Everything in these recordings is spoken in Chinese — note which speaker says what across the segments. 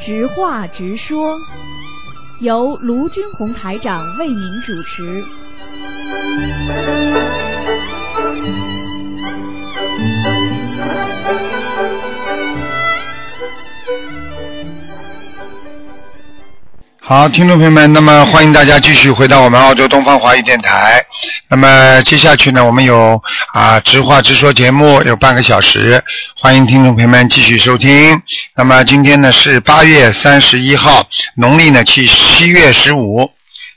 Speaker 1: 直话直说，由卢军红台长为您主持。
Speaker 2: 好，听众朋友们，那么欢迎大家继续回到我们澳洲东方华语电台。那么接下去呢，我们有啊直话直说节目有半个小时，欢迎听众朋友们继续收听。那么今天呢是八月三十一号，农历呢去七月十五，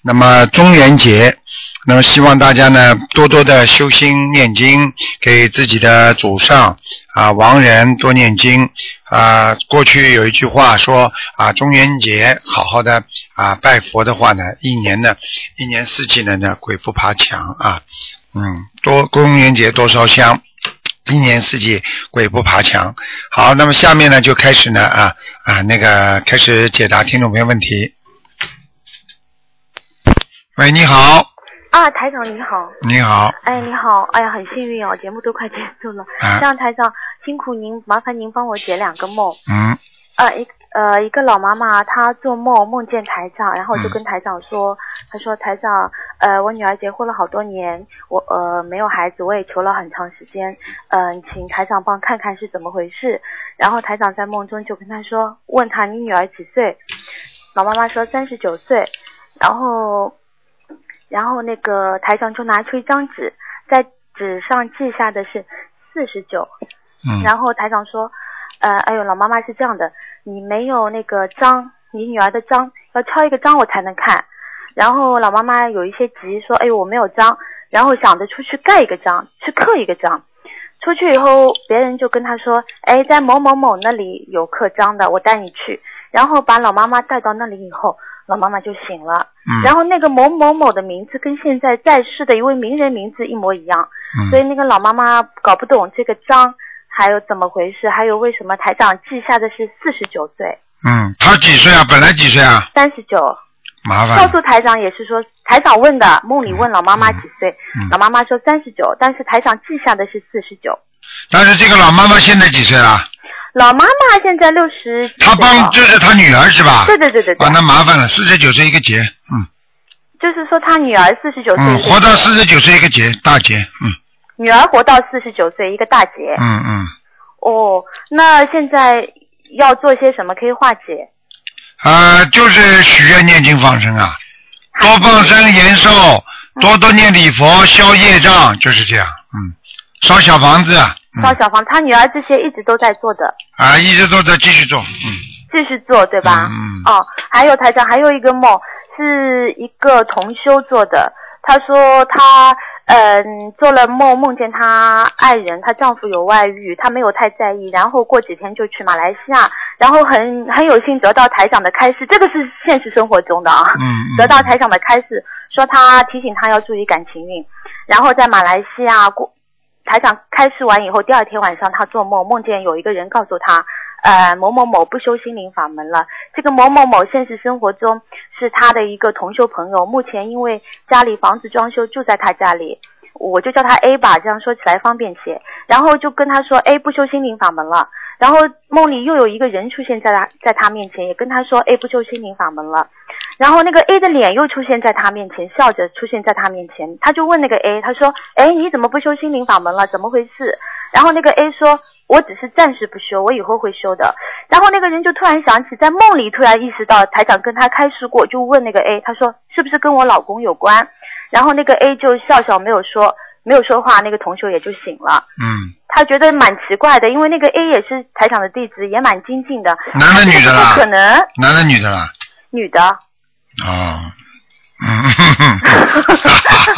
Speaker 2: 那么中元节。那么希望大家呢多多的修心念经，给自己的祖上啊亡人多念经啊。过去有一句话说啊，中元节好好的啊拜佛的话呢，一年呢一年四季呢呢鬼不爬墙啊，嗯，多中元节多烧香。一年四季鬼不爬墙。好，那么下面呢就开始呢啊啊那个开始解答听众朋友问题。喂，你好。
Speaker 3: 啊，台长你好，
Speaker 2: 你好，
Speaker 3: 哎你好，哎呀很幸运哦，节目都快结束了，
Speaker 2: 啊
Speaker 3: 这样台长辛苦您，麻烦您帮我解两个梦，
Speaker 2: 嗯
Speaker 3: 啊一呃一个老妈妈她做梦梦见台长，然后我就
Speaker 2: 嗯
Speaker 3: 跟台长说，她说台长，呃我女儿结婚了好多年，我呃没有孩子，我也求了很长时间，嗯、请台长帮看看是怎么回事，然后台长在梦中就跟她说，问她你女儿几岁，老妈妈说三十九岁，然后，然后那个台长就拿出一张纸，在纸上记下的是四十九，
Speaker 2: 嗯，
Speaker 3: 然后台长说，呃，哎呦，老妈妈是这样的，你没有那个章，你女儿的章要敲一个章我才能看。然后老妈妈有一些急，说，哎呦，我没有章，然后想着出去盖一个章，去刻一个章。出去以后，别人就跟她说，哎，在某某某那里有刻章的，我带你去。然后把老妈妈带到那里以后，老妈妈就醒了。
Speaker 2: 嗯，
Speaker 3: 然后那个某某某的名字跟现在在世的一位名人名字一模一样。所以
Speaker 2: 嗯
Speaker 3: 那个老妈妈搞不懂这个章还有怎么回事，还有为什么台长记下的是四十九岁、
Speaker 2: 嗯，他几岁啊？本来几岁啊？
Speaker 3: 三十九，
Speaker 2: 麻烦
Speaker 3: 告
Speaker 2: 了，
Speaker 3: 诉台长也是说台长问的，梦里问老妈妈几岁，
Speaker 2: 嗯
Speaker 3: 老妈妈说三十九，但是台长记下的是四十九。
Speaker 2: 但是这个老妈妈现在几岁了？
Speaker 3: 老妈妈现在六十几
Speaker 2: 她
Speaker 3: 岁了
Speaker 2: 帮，就是她女儿是吧？
Speaker 3: 对对对对对
Speaker 2: 啊，，那麻烦了，四十九岁一个劫，嗯
Speaker 3: 就是说他女儿四十九岁，
Speaker 2: 嗯，活到四十九岁一个劫，大劫，嗯
Speaker 3: 女儿活到四十九岁，一个大姐。
Speaker 2: 嗯嗯，
Speaker 3: 哦，那现在要做些什么可以化解？
Speaker 2: 啊，就是许愿念经放生啊，
Speaker 3: 还
Speaker 2: 多
Speaker 3: 是
Speaker 2: 放生延寿，
Speaker 3: 嗯
Speaker 2: 多多念礼佛消业障，就是这样，嗯，烧小房子，
Speaker 3: 烧
Speaker 2: 嗯
Speaker 3: 小房，他女儿这些一直都在做的。
Speaker 2: 啊，一直都在继续做，嗯
Speaker 3: 继续做，对吧？
Speaker 2: 嗯嗯
Speaker 3: 哦，还有台长，还有一个梦是一个同修做的，他说他嗯做了梦，梦见他爱人，她丈夫有外遇，她没有太在意，然后过几天就去马来西亚，然后很很有幸得到台长的开示，这个是现实生活中的啊。
Speaker 2: 嗯，嗯
Speaker 3: 得到台长的开示，说他提醒他要注意感情运，然后在马来西亚过，台长开示完以后，第二天晚上他做梦，梦见有一个人告诉他，呃，某某某不修心灵法门了。这个某某某现实生活中是他的一个同修朋友，目前因为家里房子装修住在他家里，我就叫他 A 吧，这样说起来方便些。然后就跟他说 A 不修心灵法门了。然后梦里又有一个人出现在他在他面前，也跟他说 A 不修心灵法门了。然后那个 A 的脸又出现在他面前，笑着出现在他面前。他就问那个 A，他说：“哎，你怎么不修心灵法门了？怎么回事？”然后那个 A 说：“我只是暂时不修，我以后会修的。”然后那个人就突然想起，在梦里突然意识到台长跟他开示过，就问那个 A，他说：“是不是跟我老公有关？”然后那个 A 就笑笑没有说，没有说话，那个同学也就醒了。
Speaker 2: 嗯，
Speaker 3: 他觉得蛮奇怪的，因为那个 A 也是台长的弟子，也蛮精进的。
Speaker 2: 男的女的啦
Speaker 3: 不可能，
Speaker 2: 男的女的啦？
Speaker 3: 女的。
Speaker 2: 哦，嗯，哼哼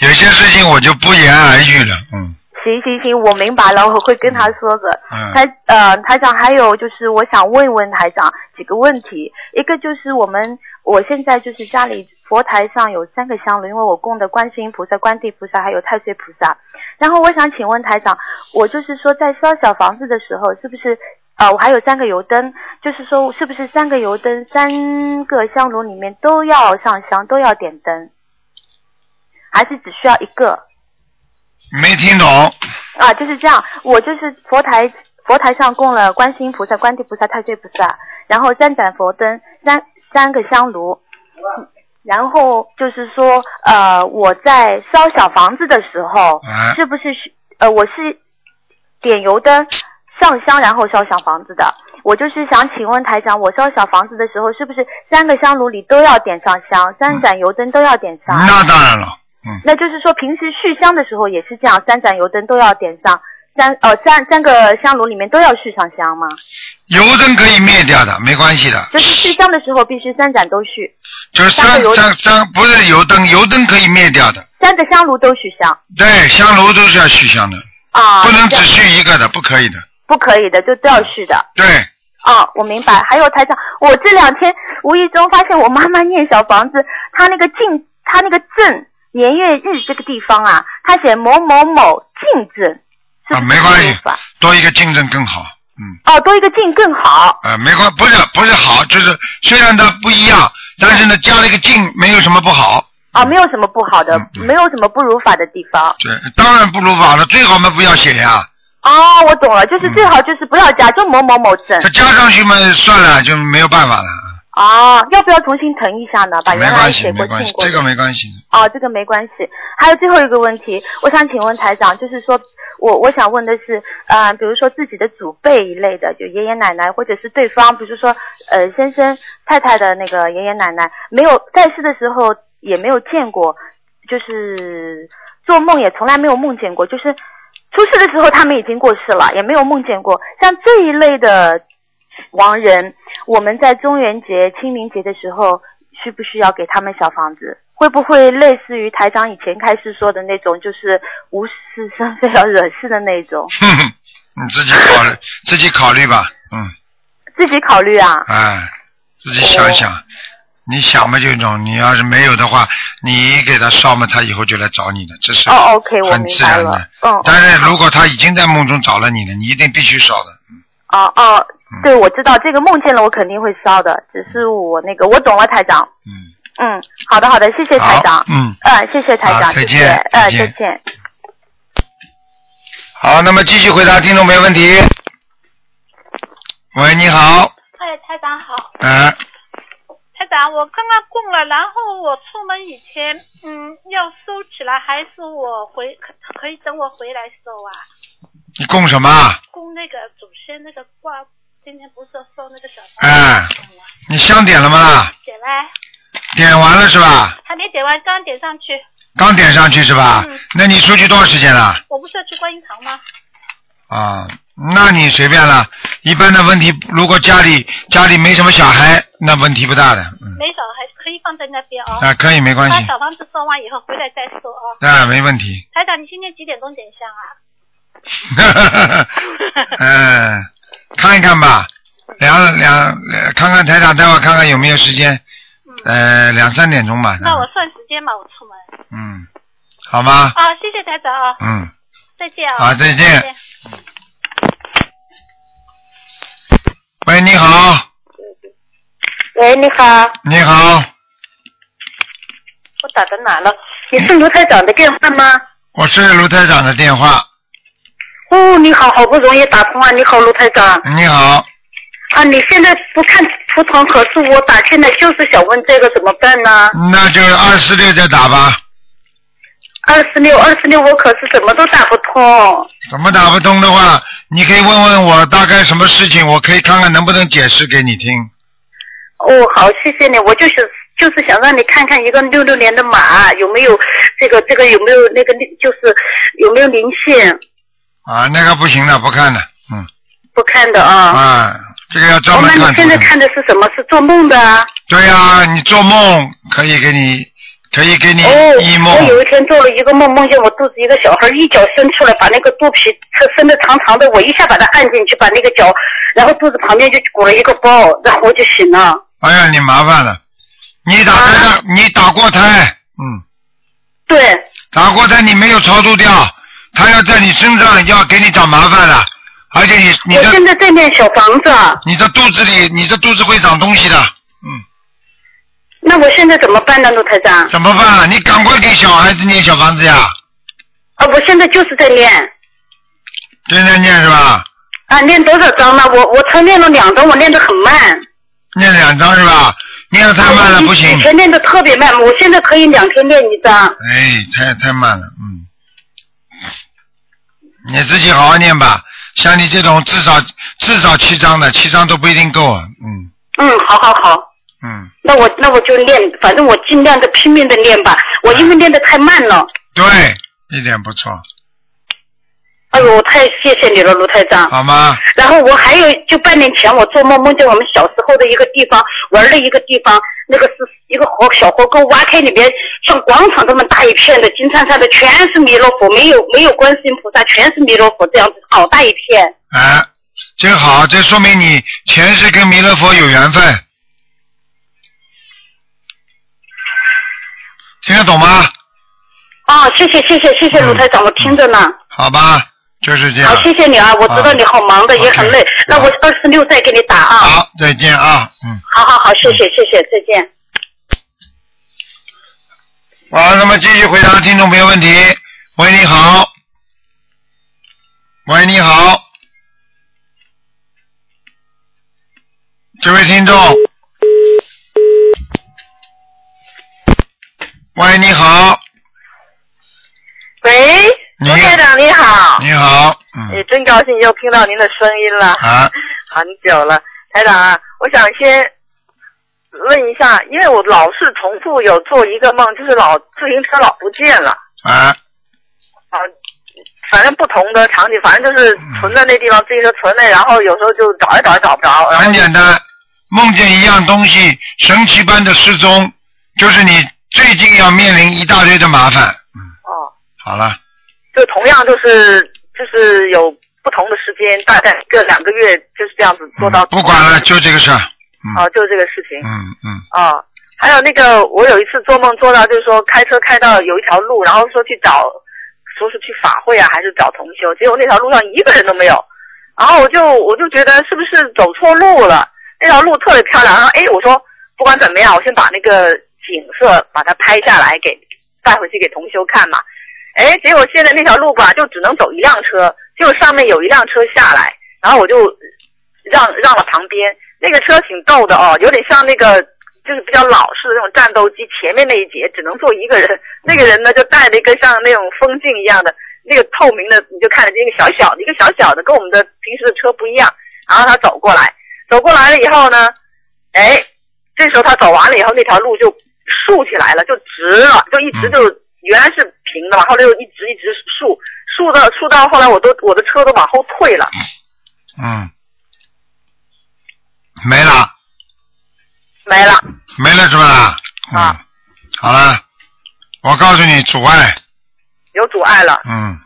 Speaker 2: 有些事情我就不言而喻了，嗯
Speaker 3: 行行行，我明白了，我会跟他说的。
Speaker 2: 嗯，
Speaker 3: 台呃，台长，还有就是我想问问台长几个问题，一个就是我们我现在就是家里佛台上有三个香炉，因为我供的观世音菩萨、观地菩萨还有太岁菩萨。然后我想请问台长，我就是说在烧小房子的时候，是不是呃我还有三个油灯，就是说是不是三个油灯三个香炉里面都要上香，都要点灯，还是只需要一个？
Speaker 2: 没听懂，
Speaker 3: 啊，就是这样。我就是佛台佛台上供了观世音菩萨、观地菩萨、太岁菩萨，然后三盏佛灯，三三个香炉，然后就是说，呃，我在烧小房子的时候，
Speaker 2: 啊
Speaker 3: 是不是需呃我是点油灯上香然后烧小房子的？我就是想请问台长，我烧小房子的时候，是不是三个香炉里都要点上香，三盏油灯都要点上？
Speaker 2: 那当然了，
Speaker 3: 那就是说，平时续香的时候也是这样，三盏油灯都要点上，三呃三三个香炉里面都要续上香吗？
Speaker 2: 油灯可以灭掉的，没关系的。
Speaker 3: 就是续香的时候必须三盏都续，
Speaker 2: 就是
Speaker 3: 三
Speaker 2: 三
Speaker 3: 个油
Speaker 2: 三三不是油灯，油灯可以灭掉的。
Speaker 3: 三个香炉都续香
Speaker 2: 对，香炉都是要续香的，
Speaker 3: 啊，
Speaker 2: 不能
Speaker 3: 这
Speaker 2: 只续一个的，不可以的。
Speaker 3: 不可以的，就都要续的
Speaker 2: 对，
Speaker 3: 啊。我明白。还有台长，我这两天无意中发现我妈妈念小房子，她那个进，她那个正年月日这个地方啊，她写某某某进正，是不
Speaker 2: 啊
Speaker 3: 是
Speaker 2: 没关系
Speaker 3: 这个读法
Speaker 2: 多一个竞争更好。嗯，
Speaker 3: 哦，多一个进更好
Speaker 2: 啊、没关，不是不是好，就是虽然它不一样，但是呢，加了一个竞，没有什么不好。
Speaker 3: 啊，没有什么不好的
Speaker 2: 嗯，嗯
Speaker 3: 没有什么不如法的地方。
Speaker 2: 对，当然不如法了，最好嘛不要写呀、
Speaker 3: 哦，我懂了，就是
Speaker 2: 嗯
Speaker 3: 最好就是不要加，就某某某正
Speaker 2: 它。加上去嘛，算了，就没有办法了。
Speaker 3: 哦，要不要重新腾一下呢？把
Speaker 2: 没
Speaker 3: 原来
Speaker 2: 关系，
Speaker 3: 写
Speaker 2: 没
Speaker 3: 过
Speaker 2: 关
Speaker 3: 进
Speaker 2: 系，
Speaker 3: 过
Speaker 2: 这
Speaker 3: 的。
Speaker 2: 个没关系 的。
Speaker 3: 哦，这个没关系。还有最后一个问题，我想请问台长，就是说我我想问的是，呃，比如说自己的祖辈一类的，就爷爷奶奶或者是对方，比如说呃先生太太的那个爷爷奶奶，没有在世的时候也没有见过，就是做梦也从来没有梦见过，就是出事的时候他们已经过世了，也没有梦见过，像这一类的亡人，我们在中元节、清明节的时候，需不需要给他们小房子？会不会类似于台长以前开始说的那种，就是无事生非要惹事的那种？
Speaker 2: 哼哼，你自己考 虑，自己考虑吧。嗯。
Speaker 3: 自己考虑啊。
Speaker 2: 哎，自己想想，你想嘛就种，你要是没有的话，你给他烧嘛，他以后就来找你的，这是
Speaker 3: 哦，OK，我
Speaker 2: 很
Speaker 3: 明
Speaker 2: 自
Speaker 3: 白
Speaker 2: 然
Speaker 3: 了
Speaker 2: 的。。
Speaker 3: 嗯，
Speaker 2: 但是如果他已经在梦中找了你了，你一定必须烧的。
Speaker 3: 哦哦，
Speaker 2: 嗯
Speaker 3: 对，我知道这个梦见了，我肯定会烧的。只是我那个，我懂了，台长。
Speaker 2: 嗯，
Speaker 3: 嗯，好的好的，谢谢台
Speaker 2: 好
Speaker 3: 长，。
Speaker 2: 嗯，
Speaker 3: 嗯，谢谢台
Speaker 2: 好
Speaker 3: 长，
Speaker 2: 再
Speaker 3: 谢
Speaker 2: 见
Speaker 3: 谢，呃，
Speaker 2: 再见
Speaker 3: 再见。
Speaker 2: 好，那么继续回答听众朋友问题。喂，你好，
Speaker 4: 哎，台长好，
Speaker 2: 哎，
Speaker 4: 台长，我刚刚供了，然后我出门以前，嗯，要收起来，还是我回可可以等我回来收啊？
Speaker 2: 你供什么啊？
Speaker 4: 供那个祖先那个挂，今天不是收那个小房
Speaker 2: 哎，
Speaker 4: 子吗？
Speaker 2: 你香点了吗？
Speaker 4: 点完
Speaker 2: 点完了是吧？
Speaker 4: 还没点完，刚点上去，
Speaker 2: 刚点上去是吧
Speaker 4: 嗯？
Speaker 2: 那你出去多少时间了？
Speaker 4: 我不是要去观音堂吗？
Speaker 2: 啊，那你随便了。一般的问题，如果家里家里没什么小孩，那问题不大的。嗯，
Speaker 4: 没少，还可以放在那边哦。
Speaker 2: 啊，可以，没关
Speaker 4: 把
Speaker 2: 系，
Speaker 4: 小房子收完以后回来再收哦。
Speaker 2: 啊，没问 题。
Speaker 4: 台长，你今天几点钟点香啊？
Speaker 2: 嗯，看一看吧，两两呃看看台长，待会儿看看有没有时间，呃，两三点钟吧。
Speaker 4: 嗯那我算时间嘛，我出门。
Speaker 2: 嗯，好吗？
Speaker 4: 啊，谢谢台长啊，
Speaker 2: 嗯，
Speaker 4: 再见啊。
Speaker 2: 好，再见。。喂，你好，
Speaker 5: 喂，你好，
Speaker 2: 你好，
Speaker 5: 我打到哪了？你是卢台长的电话吗？
Speaker 2: 我是卢台长的电话。
Speaker 5: 哦，你好，好不容易打通啊！你好，卢台长
Speaker 2: 你好，
Speaker 5: 啊！你现在不看图腾合适，我打进来就是想问这个怎么办呢？
Speaker 2: 那就二四六再打吧。
Speaker 5: 二十六，二十六，我可是怎么都打不通。哦
Speaker 2: 怎么打不通的话，你可以问问我大概什么事情，我可以看看能不能解释给你听。
Speaker 5: 哦，好，谢谢你，我就是就是想让你看看一个六六年的马有没有这个这个有没有那个就是有没有灵性，
Speaker 2: 啊，那个不行了，不看了，嗯，
Speaker 5: 不看的啊。
Speaker 2: 啊，这个要
Speaker 5: 哦
Speaker 2: 专，门
Speaker 5: 那
Speaker 2: 看
Speaker 5: 你
Speaker 2: 图
Speaker 5: 现在
Speaker 2: 腾。
Speaker 5: 看的是什么？是做梦的啊？
Speaker 2: 对呀、你做梦可以给你，可以给你
Speaker 5: 哦
Speaker 2: 一，梦
Speaker 5: 我，有一天做了一个梦，梦见我肚子一个小孩一脚伸出来，把那个肚皮伸伸的长长的，我一下把它按进去，把那个脚，然后肚子旁边就鼓了一个包，然后我就醒了。
Speaker 2: 哎呀，你麻烦了，你打胎
Speaker 5: 啊
Speaker 2: 了，你打过胎，嗯，
Speaker 5: 对，
Speaker 2: 打过胎你没有超度掉，他要在你身上要给你找麻烦了，而且你你
Speaker 5: 我现
Speaker 2: 的
Speaker 5: 在在念小房子，啊
Speaker 2: 你的肚子里，你的肚子会长东西的，嗯。
Speaker 5: 那我现在怎么办呢，陆台长？
Speaker 2: 怎么办？啊你赶快给小孩子念小房子呀，
Speaker 5: 啊，我现在就是在念，
Speaker 2: 天天念是吧？
Speaker 5: 啊，念多少章呢？我我才念了两章，我念得很慢。
Speaker 2: 念两张是吧？念的太慢
Speaker 3: 嗯
Speaker 2: 了不行
Speaker 6: 以。前念的特别慢，我现在可以两天念一张。
Speaker 2: 哎，太太慢了，嗯。你自己好好念吧，像你这种至少至少七张的，七张都不一定够啊，嗯
Speaker 6: 嗯，好好好。
Speaker 2: 嗯，
Speaker 6: 那我那我就练，反正我尽量的拼命的练吧。我因为练的太慢了，
Speaker 2: 对，一点不错，
Speaker 6: 哎呦，我太谢谢你了，卢台长。
Speaker 2: 好吗？
Speaker 6: 然后我还有，就半年前我做梦梦见我们小时候的一个地方，玩的一个地方，那个是一个河小河沟，挖开里面像广场这么大一片的金灿灿的，全是弥勒佛，没有没有观世音菩萨，全是弥勒佛，这样子好大一片。
Speaker 2: 啊，这个好，这说明你前世跟弥勒佛有缘分，听得懂吗？
Speaker 6: 啊，谢谢谢谢谢谢卢台长，我听着呢。
Speaker 2: 好吧，就是这样
Speaker 6: 好，。谢谢你啊，我知道你好忙的，
Speaker 2: 啊
Speaker 6: 也很累
Speaker 2: OK，
Speaker 6: 那我二十六再给你打啊。
Speaker 2: 好，再见啊，嗯。
Speaker 6: 好好好，谢谢谢谢，再见。
Speaker 2: 好，那么继续回答听众朋友问题。喂，你好。喂，你好。这位听众。喂，你好。
Speaker 3: 喂，
Speaker 2: 你
Speaker 3: 卢台长你好，
Speaker 2: 你好。嗯
Speaker 3: 也。真高兴又听到您的声音了，
Speaker 2: 啊，
Speaker 3: 很久了，台长啊，我想先问一下，因为我老是重复有做一个梦，就是老自行车老不见了
Speaker 2: 啊，
Speaker 3: 啊，反正不同的场景，反正就是
Speaker 2: 嗯
Speaker 3: 存在那地方，自行车存在，然后有时候就找也找也找不着，然后
Speaker 2: 很简单，梦见一样东西神奇般的失踪，就是你最近要面临一大堆的麻烦。
Speaker 3: 哦，
Speaker 2: 好了，
Speaker 3: 就同样就是就是有不同的时间，大概这两个月就是这样子做到、
Speaker 2: 嗯、不管了，就这个事儿。
Speaker 3: 啊，就是这个事情。
Speaker 2: 嗯嗯。
Speaker 3: 啊，还有那个，我有一次做梦做到，就是说开车开到有一条路，然后说去找，说是去法会啊，还是找同修，结果那条路上一个人都没有，然后我就我就觉得是不是走错路了？那条路特别漂亮，然后哎，我说不管怎么样，我先把那个景色把它拍下来给带回去给同修看嘛。哎，结果现在那条路吧，就只能走一辆车，就上面有一辆车下来，然后我就让让了旁边那个车，挺逗的哦，有点像那个就是比较老式的那种战斗机，前面那一节只能坐一个人，那个人呢就戴了一个像那种风镜一样的那个透明的，你就看得见一个小小的，一个小小的，跟我们的平时的车不一样。然后他走过来，走过来了以后呢，哎，这时候他走完了以后，那条路就竖起来了，就直了，就一直就原来是平的嘛，后来又一直一直竖，竖到竖到后来我都我的车都往后退了。
Speaker 2: 嗯，没了，
Speaker 3: 没了
Speaker 2: 没了是吧？啦？嗯、
Speaker 3: 啊，
Speaker 2: 好了，我告诉你阻碍，
Speaker 3: 有阻碍了，
Speaker 2: 嗯，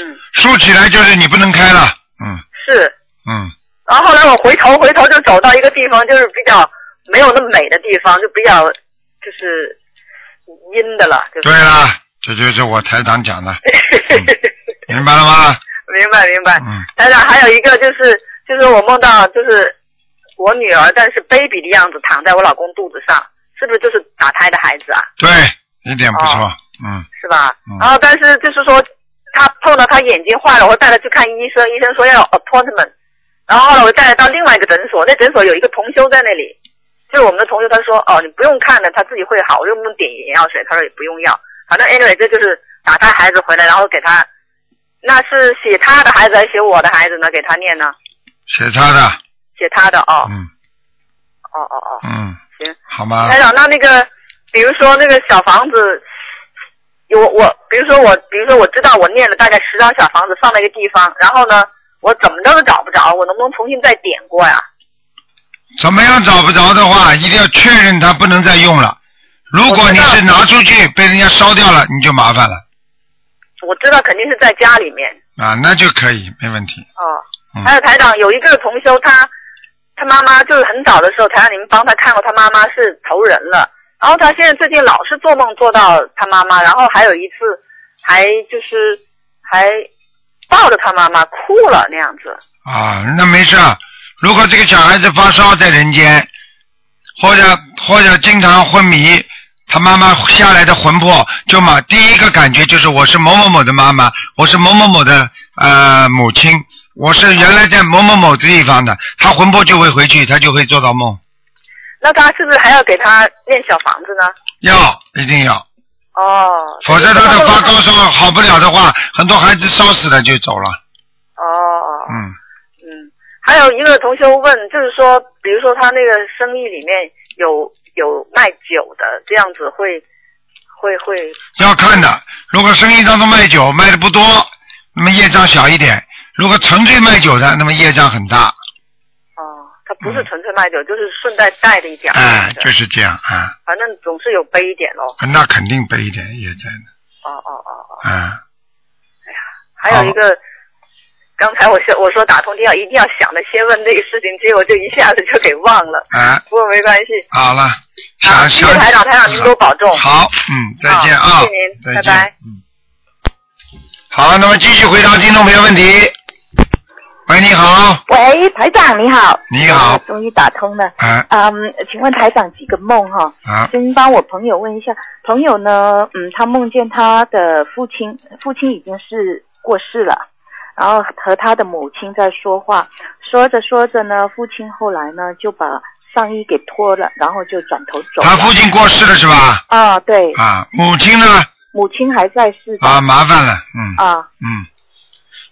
Speaker 3: 嗯，
Speaker 2: 竖起来就是你不能开了，嗯
Speaker 3: 是。
Speaker 2: 嗯，
Speaker 3: 然后后来我回头回头就走到一个地方，就是比较没有那么美的地方，就比较就是阴的了，就是
Speaker 2: 对啊啦，这就是我台长讲的，嗯明白了吗？
Speaker 3: 明白明白。
Speaker 2: 嗯，
Speaker 3: 台长还有一个就是就是我梦到就是我女儿，但是 baby 的样子躺在我老公肚子上，是不是就是打胎的孩子啊？
Speaker 2: 对，一点不错，嗯
Speaker 3: 是吧？
Speaker 2: 嗯
Speaker 3: 然后但是就是说，他碰到他眼睛坏了，我带他去看医生，医生说要 appointment，然后后来我带他到另外一个诊所，那诊所有一个同修在那里，就是我们的同修，他说哦你不用看了，他自己会好，我就给我们点眼药水，他说也不用药，反正 anyway 这就是打他孩子回来，然后给他，那是写他的孩子还是写我的孩子呢？给他念呢？
Speaker 2: 写他的，
Speaker 3: 写他的哦
Speaker 2: 嗯
Speaker 3: 哦哦哦，
Speaker 2: 嗯，
Speaker 3: 行，哎
Speaker 2: 好吗
Speaker 3: 台？长，那那个，比如说那个小房子，有我我，比如说我，比如说我知道我念了大概十张小房子放在一个地方，然后呢，我怎么着都找不着，我能不能重新再点过呀？
Speaker 2: 怎么样找不着的话，一定要确认它不能再用了。如果你是拿出去被人家烧掉了，你就麻烦了
Speaker 3: 我知道肯定是在家里面
Speaker 2: 啊，那就可以，没问题。
Speaker 3: 啊。
Speaker 2: 嗯
Speaker 3: 还有台长，有一个同修他，他妈妈就是很早的时候，台长你们帮他看过，他妈妈是投人了。然后他现在最近老是做梦做到他妈妈，然后还有一次还就是还抱着他妈妈哭了那样子。
Speaker 2: 啊，那没事儿。如果这个小孩子发烧在人间，或者或者经常昏迷，他妈妈下来的魂魄就马第一个感觉就是我是某某某的妈妈，我是某某某的呃母亲，我是原来在某某某的地方的，他魂魄就会回去，他就会做到梦。
Speaker 7: 那他是不是还要给他念小房子呢？
Speaker 2: 要一定要，
Speaker 7: 哦，
Speaker 2: 否则他的发高烧好不了的话，很多孩子烧死了就走了。
Speaker 7: 哦哦，
Speaker 2: 嗯，
Speaker 7: 嗯，还有一个同学问，就是说，比如说他那个生意里面有有卖酒的，这样子会会会
Speaker 2: 要看的。如果生意当中卖酒卖的不多，那么业障小一点；如果纯粹卖酒的，那么业障很大。
Speaker 7: 哦，他不是纯粹卖酒，就是顺带带了一点儿，
Speaker 2: 嗯哎，
Speaker 7: 对
Speaker 2: 就是这样啊，
Speaker 7: 反正总是有背一点喽。
Speaker 2: 那肯定背一点业障的
Speaker 7: 哦哦哦哦，
Speaker 2: 啊。哦
Speaker 7: 还有一个。刚才我说我说打通电话一定要想着先问这个事情，结果就一下子就给忘了。
Speaker 2: 哎，
Speaker 7: 不过没关系，
Speaker 2: 好了，
Speaker 7: 啊
Speaker 2: 想
Speaker 7: 谢谢
Speaker 2: 想
Speaker 7: 台长台长您多保重
Speaker 2: 好，嗯，再见啊，
Speaker 7: 好谢谢您拜
Speaker 2: 再见
Speaker 7: 拜
Speaker 2: 嗯，好，那么继续回答听众朋友问题。喂，你好，
Speaker 8: 喂，台长你好。
Speaker 2: 你好
Speaker 8: 啊终于打通了。
Speaker 2: 哎，
Speaker 8: 嗯，请问台长几个梦哈、
Speaker 2: 啊，
Speaker 8: 先帮我朋友问一下，朋友呢，嗯，他梦见他的父亲，父亲已经是过世了，然后和他的母亲在说话，说着说着呢，父亲后来呢就把上衣给脱了，然后就转头走
Speaker 2: 他
Speaker 8: 了。
Speaker 2: 父亲过世了是吧？
Speaker 8: 啊，对，
Speaker 2: 啊，母亲呢？
Speaker 8: 母亲还在世的
Speaker 2: 啊，麻烦了，嗯
Speaker 8: 啊，
Speaker 2: 嗯，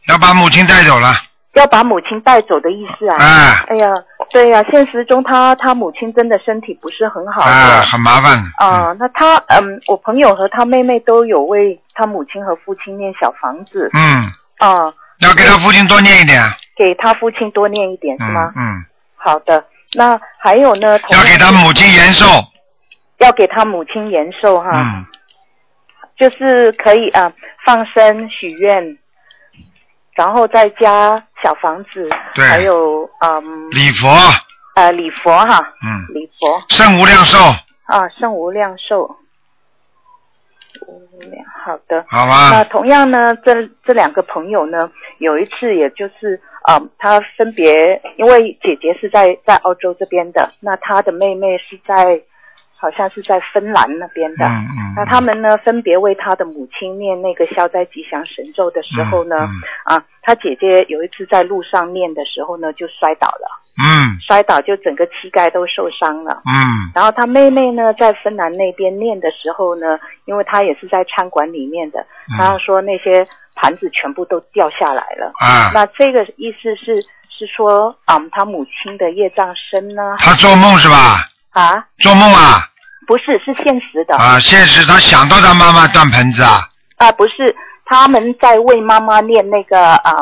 Speaker 2: 要把母亲带走了，
Speaker 8: 要把母亲带走的意思啊。
Speaker 2: 哎
Speaker 8: 哎呀，对呀、现实中他他母亲真的身体不是很好。
Speaker 2: 哎，很麻烦的，嗯
Speaker 8: 啊，那他嗯，我朋友和他妹妹都有为他母亲和父亲念小房子
Speaker 2: 嗯，
Speaker 8: 啊，
Speaker 2: 要给他父亲多念一点，啊
Speaker 8: 给他父亲多念一点是
Speaker 2: 嗯
Speaker 8: 吗？
Speaker 2: 嗯，
Speaker 8: 好的，那还有呢，同
Speaker 2: 要
Speaker 8: 样
Speaker 2: 给他母亲延寿，
Speaker 8: 要给他母亲延寿哈，
Speaker 2: 嗯，
Speaker 8: 就是可以啊放生许愿，然后再加小房子，
Speaker 2: 对
Speaker 8: 还有嗯
Speaker 2: 礼佛，
Speaker 8: 呃礼佛哈，
Speaker 2: 嗯，
Speaker 8: 礼佛
Speaker 2: 圣无量寿，
Speaker 8: 啊圣无量寿，无量好的，
Speaker 2: 好
Speaker 8: 那
Speaker 2: 吧？
Speaker 8: 同样呢，这这两个朋友呢，有一次也就是啊、呃他分别因为姐姐是在在澳洲这边的，那她的妹妹是在好像是在芬兰那边的。
Speaker 2: 嗯嗯，
Speaker 8: 那他们呢，分别为他的母亲念那个消灾吉祥神咒的时候呢，
Speaker 2: 嗯
Speaker 8: 啊，他姐姐有一次在路上念的时候呢，就摔倒了，
Speaker 2: 嗯
Speaker 8: 摔倒就整个膝盖都受伤了。
Speaker 2: 嗯
Speaker 8: 然后他妹妹呢，在芬兰那边念的时候呢，因为她也是在餐馆里面的，
Speaker 2: 嗯
Speaker 8: 然后说那些盘子全部都掉下来了。
Speaker 2: 啊，
Speaker 8: 那这个意思是是说，嗯，他母亲的业障深呢？
Speaker 2: 他做梦是吧？
Speaker 8: 啊，
Speaker 2: 做梦啊
Speaker 8: 不是，是现实的
Speaker 2: 啊！现实他想到他妈妈端盆子啊，
Speaker 8: 啊不是，他们在为妈妈念那个嗯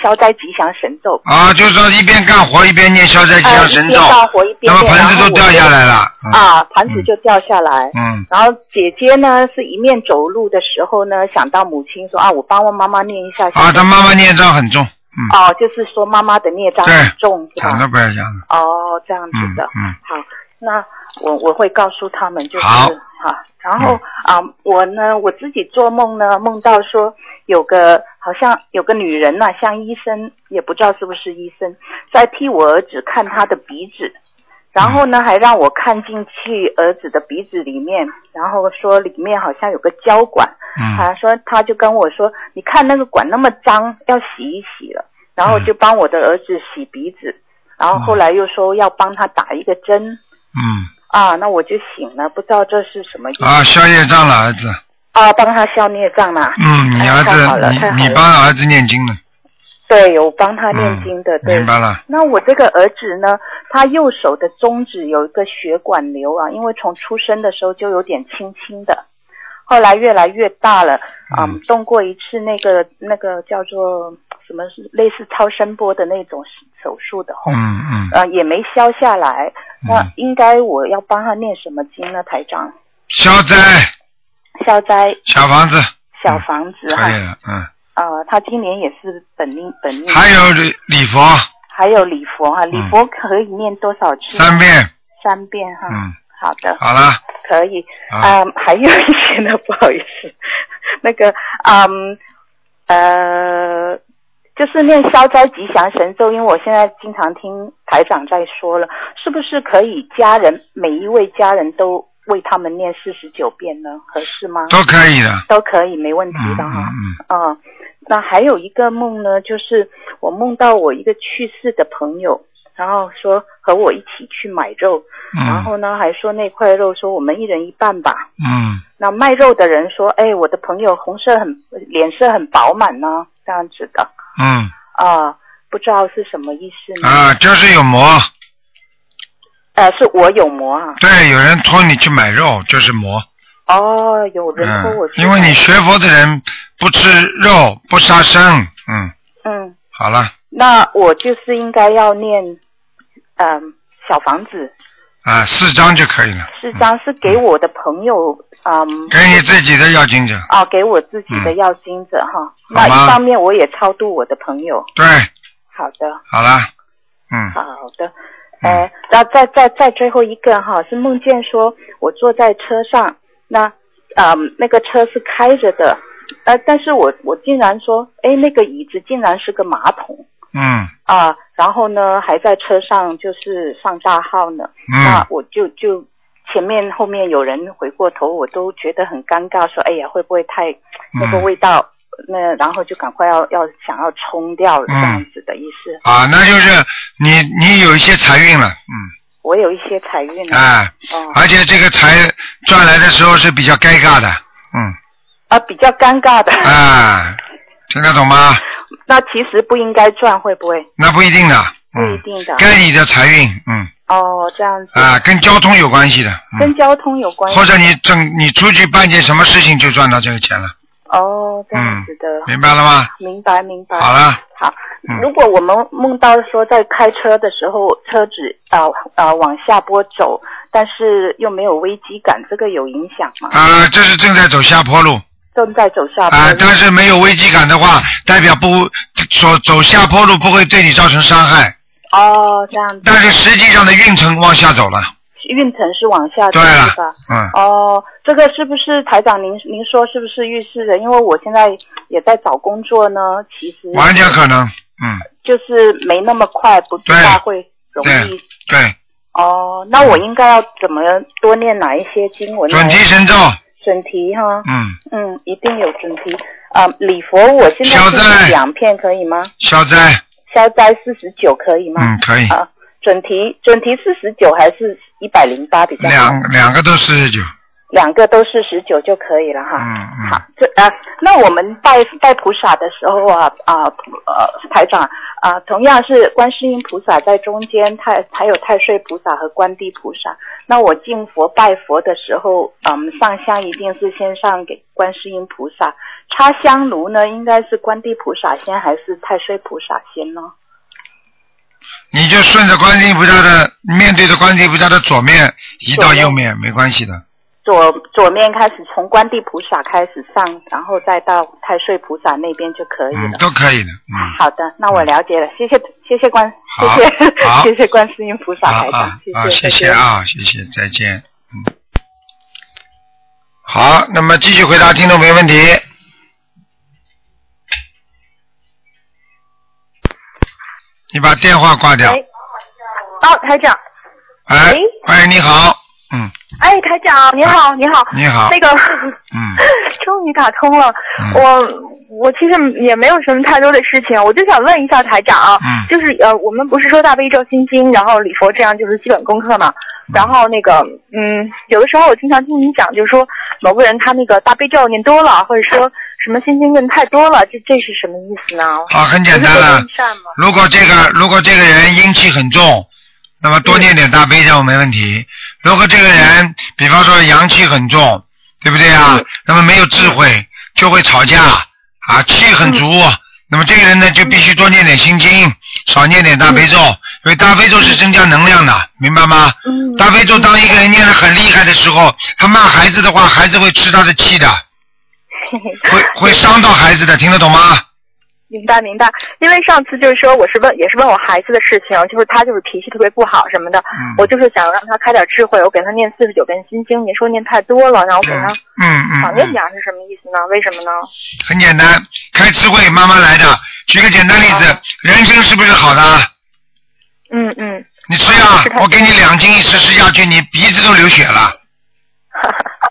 Speaker 8: 消灾吉祥神咒，
Speaker 2: 啊，就是说一边干活一边念消灾吉
Speaker 8: 啊
Speaker 2: 祥
Speaker 8: 一
Speaker 2: 神
Speaker 8: 边
Speaker 2: 咒，
Speaker 8: 干活一边
Speaker 2: 那么
Speaker 8: 念
Speaker 2: 盆子
Speaker 8: 然后
Speaker 2: 都
Speaker 8: 我
Speaker 2: 掉
Speaker 8: 就
Speaker 2: 下来了。嗯
Speaker 8: 啊，盘子就掉下来。
Speaker 2: 嗯
Speaker 8: 然后姐姐呢，是一面走路的时候呢，想到母亲说啊，我帮我妈妈念一下。
Speaker 2: 啊，他妈妈孽障很重，嗯，
Speaker 8: 哦，就是说妈妈的孽障
Speaker 2: 对
Speaker 8: 很重，是
Speaker 2: 讲
Speaker 8: 吧
Speaker 2: 都？不要讲了，
Speaker 8: 哦，这样子
Speaker 2: 嗯
Speaker 8: 的。
Speaker 2: 嗯
Speaker 8: 好，那我我会告诉他们，就是
Speaker 2: 好嗯
Speaker 8: 哈。然后啊、我呢，我自己做梦呢，梦到说有个好像有个女人呐、像医生，也不知道是不是医生，在替我儿子看他的鼻子。然后
Speaker 2: 嗯
Speaker 8: 呢，还让我看进去儿子的鼻子里面，然后说里面好像有个胶管，
Speaker 2: 嗯
Speaker 8: 他说他就跟我说，你看那个管那么脏，要洗一洗了。然
Speaker 2: 嗯
Speaker 8: 后就帮我的儿子洗鼻子，然后后来又说要帮他打一个针
Speaker 2: 嗯
Speaker 8: 啊，那我就醒了，不知道这是什么意思
Speaker 2: 啊，消业障了儿子，
Speaker 8: 啊帮他消孽障啦。
Speaker 2: 嗯，你儿
Speaker 8: 哎太好了
Speaker 2: 子
Speaker 8: 太好
Speaker 2: 你你
Speaker 8: 了
Speaker 2: 帮儿子念经了，
Speaker 8: 对，有帮他
Speaker 2: 嗯
Speaker 8: 念经的，，对
Speaker 2: 明。白了，
Speaker 8: 那我这个儿子呢，他右手的中指有一个血管瘤啊，因为从出生的时候就有点青青的，后来越来越大了，嗯，
Speaker 2: 嗯
Speaker 8: 动过一次那个那个叫做什么类似超声波的那种手术的吼，
Speaker 2: 嗯嗯，
Speaker 8: 呃，也没消下来。那
Speaker 2: 嗯
Speaker 8: 应该我要帮他念什么经呢，台长？
Speaker 2: 消灾
Speaker 8: 消灾
Speaker 2: 小房子
Speaker 8: 小房子哈
Speaker 2: 可以，了，嗯，
Speaker 8: 呃，他今年也是本命本命，
Speaker 2: 还有礼礼佛
Speaker 8: 还有礼佛哈，礼佛可以念多少次？
Speaker 2: 三遍，
Speaker 8: 三遍哈。
Speaker 2: 嗯，
Speaker 8: 好的，
Speaker 2: 好了，
Speaker 8: 可以。
Speaker 2: 啊
Speaker 8: 啊、还有一些呢， 不好意思，那个，嗯，呃，就是念消灾吉祥神咒，因为我现在经常听台长在说了，是不是可以家人每一位家人都为他们念四十九遍呢？合适吗？
Speaker 2: 都可以的，
Speaker 8: 都可以，没问题
Speaker 2: 嗯
Speaker 8: 的哈。
Speaker 2: 嗯
Speaker 8: 啊，那还有一个梦呢，就是我梦到我一个去世的朋友，然后说和我一起去买肉，然
Speaker 2: 嗯
Speaker 8: 后呢还说那块肉说我们一人一半吧。
Speaker 2: 嗯
Speaker 8: 那卖肉的人说，哎，我的朋友红色很脸色很饱满呢、这样子的
Speaker 2: 嗯
Speaker 8: 啊，不知道是什么意思呢？
Speaker 2: 啊，就是有魔，
Speaker 8: 呃，是我有魔啊。
Speaker 2: 对，有人托你去买肉，就是魔。
Speaker 8: 哦，有人说我
Speaker 2: 嗯，
Speaker 8: 去
Speaker 2: 因为你学佛的人不吃肉，不杀生。嗯，
Speaker 8: 嗯，
Speaker 2: 好了
Speaker 8: 那我就是应该要念，嗯、小房子
Speaker 2: 啊，四张就可以了。
Speaker 8: 是张是给我的朋友，嗯，
Speaker 2: 给你自己的要经者，
Speaker 8: 啊，给我自己的要经者哈。那
Speaker 2: 嗯好吗
Speaker 8: 一方面我也超度我的朋友，
Speaker 2: 对，
Speaker 8: 好的，
Speaker 2: 好了，嗯
Speaker 8: 好的。呃，那再再再最后一个哈，是梦见说我坐在车上，那嗯那个车是开着的，呃，但是我我竟然说，哎，那个椅子竟然是个马桶
Speaker 2: 嗯
Speaker 8: 啊、然后呢还在车上就是上大号呢，那
Speaker 2: 嗯，
Speaker 8: 我就就前面后面有人回过头，我都觉得很尴尬，说哎呀会不会太
Speaker 2: 嗯
Speaker 8: 那个味道？那然后就赶快要要想要冲掉了这样
Speaker 2: 嗯
Speaker 8: 子的意思。
Speaker 2: 啊，那就是你你有一些财运了，
Speaker 8: 我有一些财运
Speaker 2: 嗯，哎，
Speaker 8: 哦
Speaker 2: 而且这个财赚来的时候是比较尴尬的，嗯，
Speaker 8: 啊，比较尴尬的。
Speaker 2: 啊，听得懂吗？
Speaker 8: 那其实不应该赚，会不会？
Speaker 2: 那不一定的，
Speaker 8: 不一
Speaker 2: 嗯，
Speaker 8: 定的。
Speaker 2: 该你的财运，嗯，
Speaker 8: 哦，这样子。
Speaker 2: 啊，跟交通有关系的，
Speaker 8: 跟
Speaker 2: 嗯，
Speaker 8: 交通有关系
Speaker 2: 或。者你整你出去办件什么事情就赚到这个钱了，
Speaker 8: 哦，这样子的。
Speaker 2: 嗯明白了吗？
Speaker 8: 明白明白。
Speaker 2: 好了，
Speaker 8: 好
Speaker 2: 嗯，
Speaker 8: 如果我们梦到说在开车的时候，车子啊啊、呃往下坡走，但是又没有危机感，这个有影响吗？
Speaker 2: 啊，这是正在走下坡路，
Speaker 8: 正在走下坡
Speaker 2: 啊，
Speaker 8: 路。
Speaker 2: 但是没有危机感的话，代表不走走下坡路不会对你造成伤害，
Speaker 8: 哦，这样子。
Speaker 2: 但是实际上的运程往下走了。
Speaker 8: 运程是往下走
Speaker 2: 啊对了
Speaker 8: 是吧？，
Speaker 2: 嗯，
Speaker 8: 哦，这个是不是台长您您说是不是预示的？因为我现在也在找工作呢，其实
Speaker 2: 完全可能，嗯，
Speaker 8: 就是没那么快，不知
Speaker 2: 对
Speaker 8: 道会容易
Speaker 2: 对。对，
Speaker 8: 哦，那我应该要怎么多念哪一些经文来？
Speaker 2: 准提神咒，
Speaker 8: 准提哈，
Speaker 2: 嗯，
Speaker 8: 嗯，一定有准提啊、礼佛我现在
Speaker 2: 消灾
Speaker 8: 是两片可以吗？
Speaker 2: 消灾，
Speaker 8: 消灾四十九可以吗？
Speaker 2: 嗯，可以，
Speaker 8: 啊，准提准提四十九还是一百零八比较好？
Speaker 2: 两两个都四十九，
Speaker 8: 两个都是十九就可以了哈。
Speaker 2: 嗯
Speaker 8: 好
Speaker 2: 嗯，，
Speaker 8: 这啊，那我们拜拜菩萨的时候啊啊呃，台长啊，同样是观世音菩萨在中间，太还有太岁菩萨和观地菩萨。那我敬佛拜佛的时候，嗯，上香一定是先上给观世音菩萨，插香炉呢，应该是观地菩萨先还是太岁菩萨先呢？
Speaker 2: 你就顺着观世音菩萨的，面对着观世音菩萨的左面移到右面，没关系的，
Speaker 8: 左左面开始从观地菩萨开始上，然后再到太岁菩萨那边就可以了。
Speaker 2: 嗯，都可以的，嗯，
Speaker 8: 好的，那我了解了，谢谢谢谢观，谢
Speaker 2: 好好
Speaker 8: 谢谢谢观世音菩萨
Speaker 2: 啊
Speaker 8: 台
Speaker 2: 啊
Speaker 8: 长，谢
Speaker 2: 啊，谢谢啊，谢
Speaker 8: 谢再见
Speaker 2: 谢，再见，嗯，好，那么继续回答听众朋友问题。你把电话挂掉。
Speaker 9: 喂，哦，台长，
Speaker 2: 哎
Speaker 9: 喂，
Speaker 2: 喂，你好，嗯，
Speaker 9: 哎，台长，你好，你好，
Speaker 2: 你好，
Speaker 9: 那个
Speaker 2: 嗯，
Speaker 9: 终于打通了，
Speaker 2: 嗯
Speaker 9: 我我其实也没有什么太多的事情，我就想问一下台长，
Speaker 2: 嗯
Speaker 9: 就是呃，我们不是说大悲咒心经，然后礼佛这样就是基本功课嘛，然后那个嗯，有的时候我经常听你讲，就是说某个人他那个大悲咒念多了，或者说什么心经念太多了，这这是什么意思呢？
Speaker 2: 好，很简单啊了。如果这个如果这个人阴气很重，那么多念点大悲咒没问题。如果这个人，比方说阳气很重，对不对啊？那么没有智慧，就会吵架啊，气很足。
Speaker 9: 嗯
Speaker 2: 那么这个人呢，就必须多念点心经，少念点大悲咒，因为大悲咒是增加能量的，明白吗？
Speaker 9: 嗯
Speaker 2: 大悲咒当一个人念得很厉害的时候，他骂孩子的话，孩子会吃他的气 的，会会伤到孩子的，听得懂吗？
Speaker 9: 明白明白，因为上次就是说我是问也是问我孩子的事情，就是他就是脾气特别不好什么的，
Speaker 2: 嗯
Speaker 9: 我就是想让他开点智慧，我给他念四十九遍心经，你说念太多了，然后我给他
Speaker 2: 嗯嗯
Speaker 9: 少
Speaker 2: 嗯
Speaker 9: 念点儿是什么意思呢？为什么呢？
Speaker 2: 很简单，开智慧慢慢来的。举个简单例子
Speaker 9: 啊，
Speaker 2: 人参是不是好的？
Speaker 9: 嗯嗯，
Speaker 2: 你吃呀
Speaker 9: 是，的
Speaker 2: 我给你两斤一吃，吃下去你鼻子都流血 了，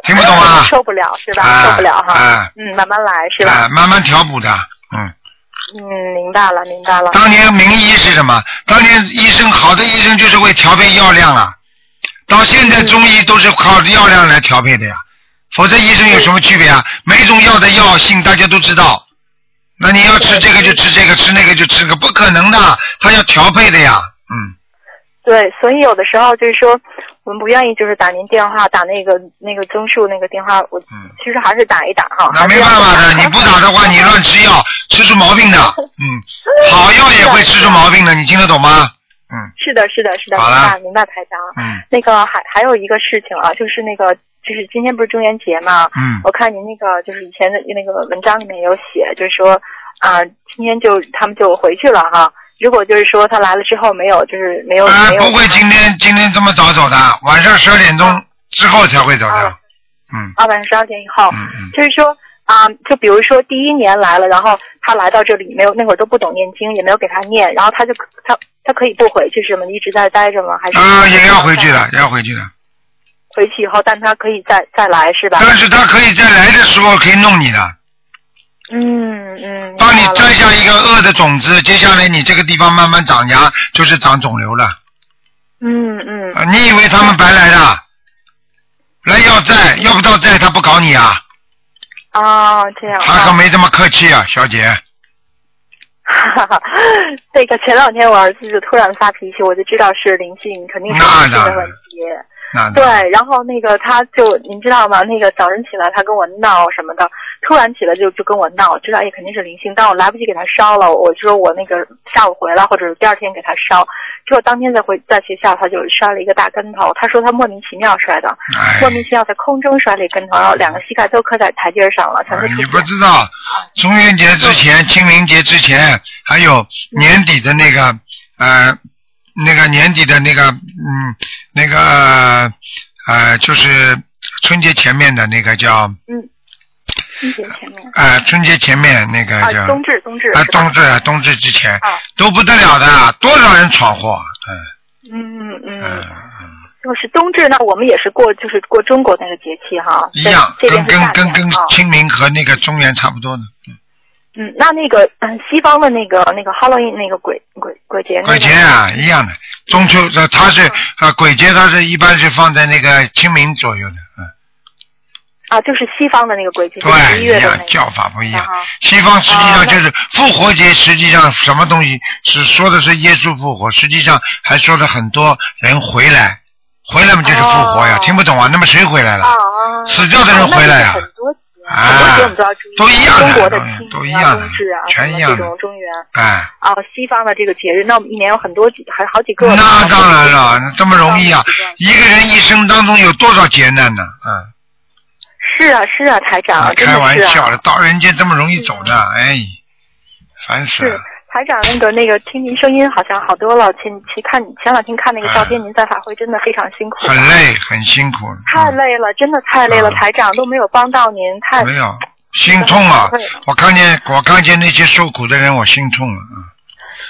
Speaker 2: 听不懂啊
Speaker 3: 哎
Speaker 9: 受不了是吧？
Speaker 2: 啊
Speaker 9: 受不了哈，
Speaker 2: 啊
Speaker 9: 嗯，慢慢来是吧？
Speaker 2: 啊，慢慢调补的，嗯，
Speaker 3: 嗯，明白了，明白了。
Speaker 2: 当年名医是什么？当年医生好的医生就是会调配药量啊，到现在中医都是靠药量来调配的呀，否则医生有什么区别啊？每种药的药性大家都知道，那你要吃这个就吃这个，吃那个就吃那个，不可能的，他要调配的呀，嗯，
Speaker 3: 对，所以有的时候就是说，我们不愿意就是打您电话，打那个那个综述那个电话，我其实还是打一打哈。
Speaker 2: 嗯那没办 法的，你不打的话你乱吃药，吃出毛病的，嗯，好药也会吃出毛病的，你听得懂吗？
Speaker 3: 是的，是的，是的，
Speaker 2: 好了
Speaker 3: 明白，明白，台长。
Speaker 2: 嗯
Speaker 3: 那个还还有一个事情啊，就是那个就是今天不是中元节嘛，
Speaker 2: 嗯
Speaker 3: 我看您那个就是以前的那个文章里面有写，就是说啊、今天就他们就回去了哈。如果就是说他来了之后没有，就是没有、
Speaker 2: 啊
Speaker 3: 没，有
Speaker 2: 不会今天今天这么早走的，晚上十二点
Speaker 3: 嗯
Speaker 2: 钟之后才会走的，嗯
Speaker 3: 啊，晚上十二点以后，
Speaker 2: 嗯嗯，
Speaker 3: 就是说啊、就比如说第一年来了，然后他来到这里没有那会儿都不懂念经，也没有给他念，然后他就他他可以不回去是吗？一直在待着吗？还是
Speaker 2: 啊，也要回去的，
Speaker 3: 嗯
Speaker 2: 也要回去的。
Speaker 3: 回去以后，但他可以再再来是吧？
Speaker 2: 但是他可以在来的时候可以弄你的，
Speaker 3: 嗯嗯，
Speaker 2: 哦帮你
Speaker 3: 明白了
Speaker 2: 摘下一个恶的种子，接下来你这个地方慢慢长芽，就是长肿瘤了。
Speaker 3: 嗯嗯
Speaker 2: 啊，你以为他们白来的？来要债，要不到债他不搞你啊？
Speaker 3: 哦，这样
Speaker 2: 他可
Speaker 3: 啊。
Speaker 2: 没这么客气啊，小姐。
Speaker 3: 那个前两天我儿子就突然发脾气，我就知道是灵性，肯定是
Speaker 2: 那当
Speaker 3: 灵性的
Speaker 2: 然
Speaker 3: 问题。
Speaker 2: 那
Speaker 3: 对，然后那个他就您知道吗？那个早晨起来他跟我闹什么的，突然起来就就跟我闹，知道也肯定是灵性，但我来不及给他烧了，我就说我那个下午回来或者是第二天给他烧，结果当天再回在学校他就摔了一个大跟头，他说他莫名其妙摔的，
Speaker 2: 哎
Speaker 3: 莫名其妙在空中摔了一跟头，然后两个膝盖都磕在台阶上了，全
Speaker 2: 啊
Speaker 3: 都出
Speaker 2: 你
Speaker 3: 血
Speaker 2: 不知道，中元节之
Speaker 3: 嗯
Speaker 2: 前、清明节之前，还有年底的那个呃，那个年底的那个嗯，那个呃，就是春节前面的那个叫
Speaker 3: 清洁前面
Speaker 2: 呃，春节前面那个
Speaker 3: 啊，
Speaker 2: 叫
Speaker 3: 冬至冬至
Speaker 2: 啊
Speaker 3: 是吧
Speaker 2: 冬至啊冬至之前
Speaker 3: 啊，
Speaker 2: 都不得了的，啊多少人闯祸，
Speaker 3: 嗯嗯
Speaker 2: 嗯
Speaker 3: 嗯，
Speaker 2: 嗯，
Speaker 3: 就是冬至那我们也是过就是过中国那个节气哈，
Speaker 2: 一样，
Speaker 3: 这这
Speaker 2: 跟
Speaker 3: 边是
Speaker 2: 跟
Speaker 3: 夏
Speaker 2: 跟
Speaker 3: 天
Speaker 2: 跟
Speaker 3: 啊。
Speaker 2: 清明和那个中原差不多的。
Speaker 3: 嗯，那那个嗯，西方的那个那个 Halloween 那个鬼鬼鬼节，那
Speaker 2: 鬼
Speaker 3: 个
Speaker 2: 节啊，一样的。中秋这它
Speaker 3: 嗯
Speaker 2: 是啊，鬼节它是一般是放在那个清明左右的，嗯，
Speaker 3: 啊，就是西方的那个鬼节，十
Speaker 2: 对，
Speaker 3: 一
Speaker 2: 一
Speaker 3: 月的
Speaker 2: 样
Speaker 3: 那个。
Speaker 2: 叫法不一样
Speaker 3: 啊。
Speaker 2: 西方实际
Speaker 3: 哦
Speaker 2: 上
Speaker 3: 那
Speaker 2: 就是复活节，实际上什么东西是说的是耶稣复活，实际上还说的很多人回来，回来嘛就是复活呀，
Speaker 3: 哦
Speaker 2: 听不懂啊？那么谁回来
Speaker 3: 啊
Speaker 2: 了？
Speaker 3: 啊！
Speaker 2: 死掉的人
Speaker 3: 啊那
Speaker 2: 回来呀
Speaker 3: 就是很多节，很多
Speaker 2: 啊
Speaker 3: 节我们都要
Speaker 2: 都
Speaker 3: 注意，
Speaker 2: 一样的
Speaker 3: 中国的
Speaker 2: 嗯
Speaker 3: 清
Speaker 2: 都一
Speaker 3: 明啊、
Speaker 2: 样的
Speaker 3: 冬至啊，
Speaker 2: 全
Speaker 3: 什么
Speaker 2: 一样
Speaker 3: 这
Speaker 2: 的
Speaker 3: 种中元
Speaker 2: 哎，
Speaker 3: 啊，西方的这个节日，那我们一年有很多几，还好几个。
Speaker 2: 那当然了，那这么容易啊
Speaker 3: 这样？
Speaker 2: 一个人一生当中有多少劫难呢？嗯。
Speaker 3: 是啊，是啊，台长，真的
Speaker 2: 开玩
Speaker 3: 是啊嗯
Speaker 2: 笑了，到人间这么容易走的，哎，烦死
Speaker 3: 是
Speaker 2: 了。
Speaker 3: 台长，那个那个，听您声音好像好多了。前期看前两天看那个照片，您在法会真的非常辛苦，
Speaker 2: 啊很累，很辛苦，
Speaker 3: 太
Speaker 2: 嗯
Speaker 3: 累了，真的太累了。
Speaker 2: 嗯
Speaker 3: 台长都没有帮到您，太
Speaker 2: 没有心痛啊！
Speaker 3: 嗯
Speaker 2: 我看见我看见那些受苦的人，我心痛了啊！嗯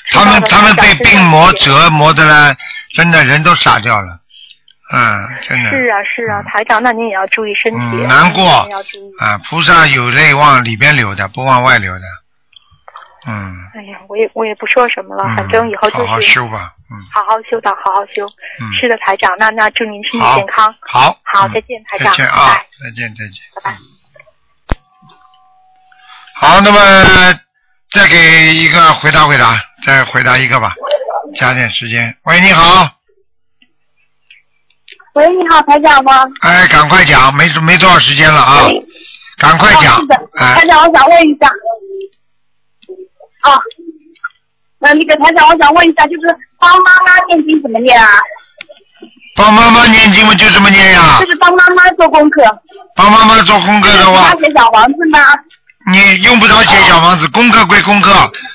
Speaker 3: 是
Speaker 2: 他
Speaker 3: 吧
Speaker 2: 们他们被病魔。
Speaker 3: 台长
Speaker 2: 折磨的呢，真的人都傻掉了，嗯，真的
Speaker 3: 真的是啊，是啊，台长，那您也要注意身体，啊
Speaker 2: 嗯难过
Speaker 3: 您也要注意。
Speaker 2: 啊！菩萨有泪往里边流的，不往外流的，嗯
Speaker 3: 哎呀，我也我也不说什么了，
Speaker 2: 嗯，
Speaker 3: 啊反正以后就
Speaker 2: 好好
Speaker 3: 是
Speaker 2: 修吧，嗯
Speaker 3: 好好修道，好好修。
Speaker 2: 嗯，
Speaker 3: 是的，台长，那那祝您身体
Speaker 2: 好
Speaker 3: 健康。
Speaker 2: 好，
Speaker 3: 好
Speaker 2: 嗯
Speaker 3: 再见台
Speaker 2: 再
Speaker 3: 长
Speaker 2: 见啊
Speaker 3: 拜拜，
Speaker 2: 再见，再见，
Speaker 3: 拜拜。
Speaker 2: 好，那么再给一个回答回答，再回答一个吧，加点时间。喂，你好，
Speaker 10: 喂，你好，台长吗？
Speaker 2: 哎，赶快讲，没没多少时间了啊，赶快
Speaker 10: 哦
Speaker 2: 讲
Speaker 10: 是的，
Speaker 2: 哎
Speaker 10: 台，长，我想问一下，啊，那那个台长，我想问一下，就是帮妈妈念经怎么念啊？
Speaker 2: 帮妈妈念经嘛，就这么念呀
Speaker 10: 就，是帮妈妈做功课，
Speaker 2: 帮妈妈做功课的话
Speaker 10: 她，写小房子吗？
Speaker 2: 你用不着写小房子，功课归功课，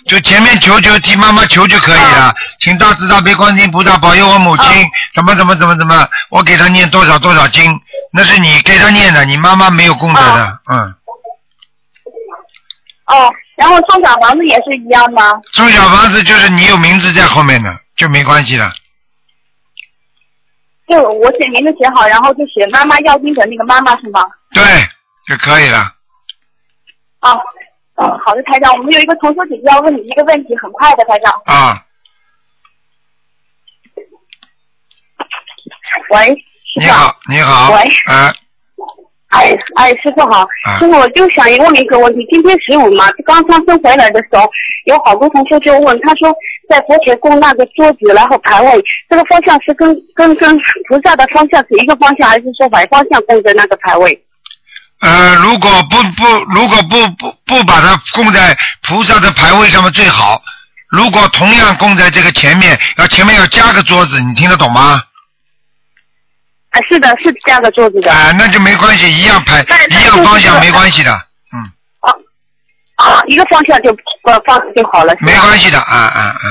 Speaker 2: 就前面求求替妈妈求就可以了，请大慈大悲观世音菩萨保佑我母亲，怎么怎么怎么怎么，我给她念多少多少经，那是你给她念的，你妈妈没有功德的，嗯。
Speaker 10: 哦，然后送小房子也是一样吗？
Speaker 2: 送小房子就是你有名字在后面的，就没关系了。
Speaker 10: 就我写名字写好，然后就写妈妈要经的那个妈妈是吗？
Speaker 2: 对，就可以了。
Speaker 10: 啊，嗯，好的，台长，我们有一个同修姐姐要问你一个问题，很快的，台长。
Speaker 2: 啊，
Speaker 10: 喂，
Speaker 2: 你好，你好，
Speaker 10: 喂
Speaker 2: 啊，
Speaker 10: 哎哎，师傅好，师傅，我就想问一个问题。今天十五嘛，刚上升回来的时候，有好多同学就问，他说在佛前供那个桌子，然后牌位，这个方向是跟跟跟菩萨的方向是一个方向，还是说反方向供的那个牌位？
Speaker 2: 呃，如果不不如果不不不把它供在菩萨的牌位上面最好。如果同样供在这个前面，要前面要加个桌子，你听得懂吗？
Speaker 10: 啊，是的，是这样的桌子的。
Speaker 2: 啊，那就没关系，一样牌，一样方向没关系的，
Speaker 10: 啊，一个方向就呃方向就好了。是吧
Speaker 2: 没关系的，啊啊啊！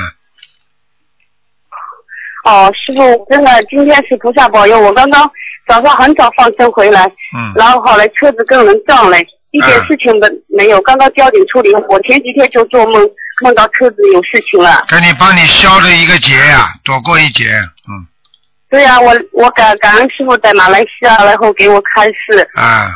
Speaker 10: 哦，师傅，真的今天是菩萨保佑，我刚刚早上很早放生回来，
Speaker 2: 嗯
Speaker 10: 然后后来车子跟人撞了，一点
Speaker 2: 嗯
Speaker 10: 事情都没有，刚刚交警处理。我前几天就做梦，梦到车子有事情了。
Speaker 2: 给你帮你消了一个劫呀、躲过一劫，嗯
Speaker 10: 对呀、我我感感恩师傅在马来西亚，然后给我开示。
Speaker 2: 啊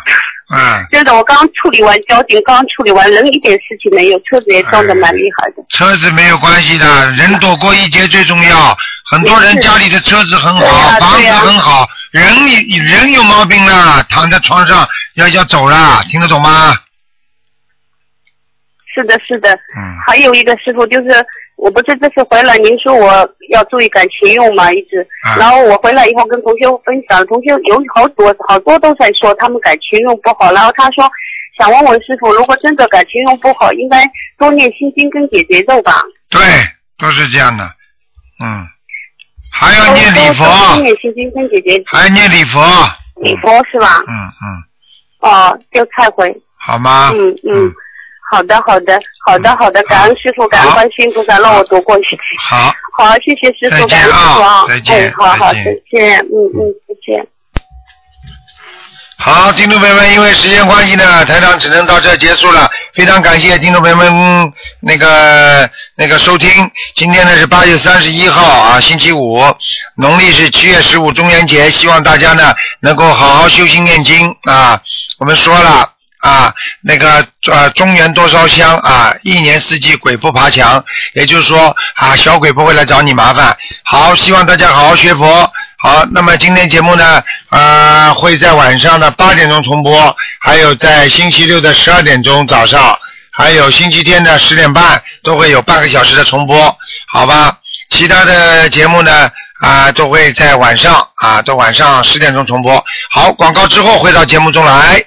Speaker 2: 啊，
Speaker 10: 真的，我刚处理完交警，刚处理完人一点事情没有，车子也撞得
Speaker 2: 哎
Speaker 10: 蛮厉害的。
Speaker 2: 车子没有关系的，人躲过一劫最重要。很多人家里的车子很好，
Speaker 10: 对啊呀
Speaker 2: 房
Speaker 10: 对
Speaker 2: 子
Speaker 10: 呀
Speaker 2: 很好，人也人有毛病了，躺在床上要要走了，听得懂吗？
Speaker 10: 是的，是的。
Speaker 2: 嗯，
Speaker 10: 还有一个师傅就是，我不是这次回来，您说我要注意感情用嘛，一直。
Speaker 2: 啊
Speaker 10: 然后我回来以后跟同学分享，同学有好多好多都在说他们感情用不好，然后他说想问问师傅，如果真的感情用不好，应该多念心经跟解结咒吧？
Speaker 2: 对，都是这样的，嗯，还要念礼佛，
Speaker 10: 多多念心经跟解结
Speaker 2: 还要念礼佛，
Speaker 10: 礼佛是吧？
Speaker 2: 嗯嗯，
Speaker 10: 哦，就忏悔。
Speaker 2: 好吗？
Speaker 10: 嗯嗯
Speaker 2: 嗯，
Speaker 10: 好的好的好的好的，感恩师傅，感恩
Speaker 2: 好
Speaker 10: 观世音菩萨，让我躲过去。
Speaker 2: 好，
Speaker 10: 好，谢谢师
Speaker 2: 再
Speaker 10: 傅，
Speaker 2: 见
Speaker 10: 感恩师傅
Speaker 2: 啊
Speaker 10: 啊！
Speaker 2: 再见
Speaker 10: 哎，好
Speaker 2: 再
Speaker 10: 好，
Speaker 2: 见
Speaker 10: 再见，嗯嗯，再见。
Speaker 2: 好，听众朋友们，因为时间关系呢，台长只能到这儿结束了。非常感谢听众朋友们、嗯那个那个收听。今天呢是八月三十一号啊，星期五，农历是七月十五中元节。希望大家呢能够好好修心念经啊。我们说了啊，那个呃中元多烧香啊，一年四季鬼不爬墙，也就是说啊小鬼不会来找你麻烦。好，希望大家好好学佛。好，那么今天节目呢，呃，会在晚上的八点钟重播，还有在星期六的十二点钟早上，还有星期天的十点半都会有半个小时的重播，好吧？其他的节目呢，啊、都会在晚上啊，都晚上十点钟重播。好，广告之后回到节目中来。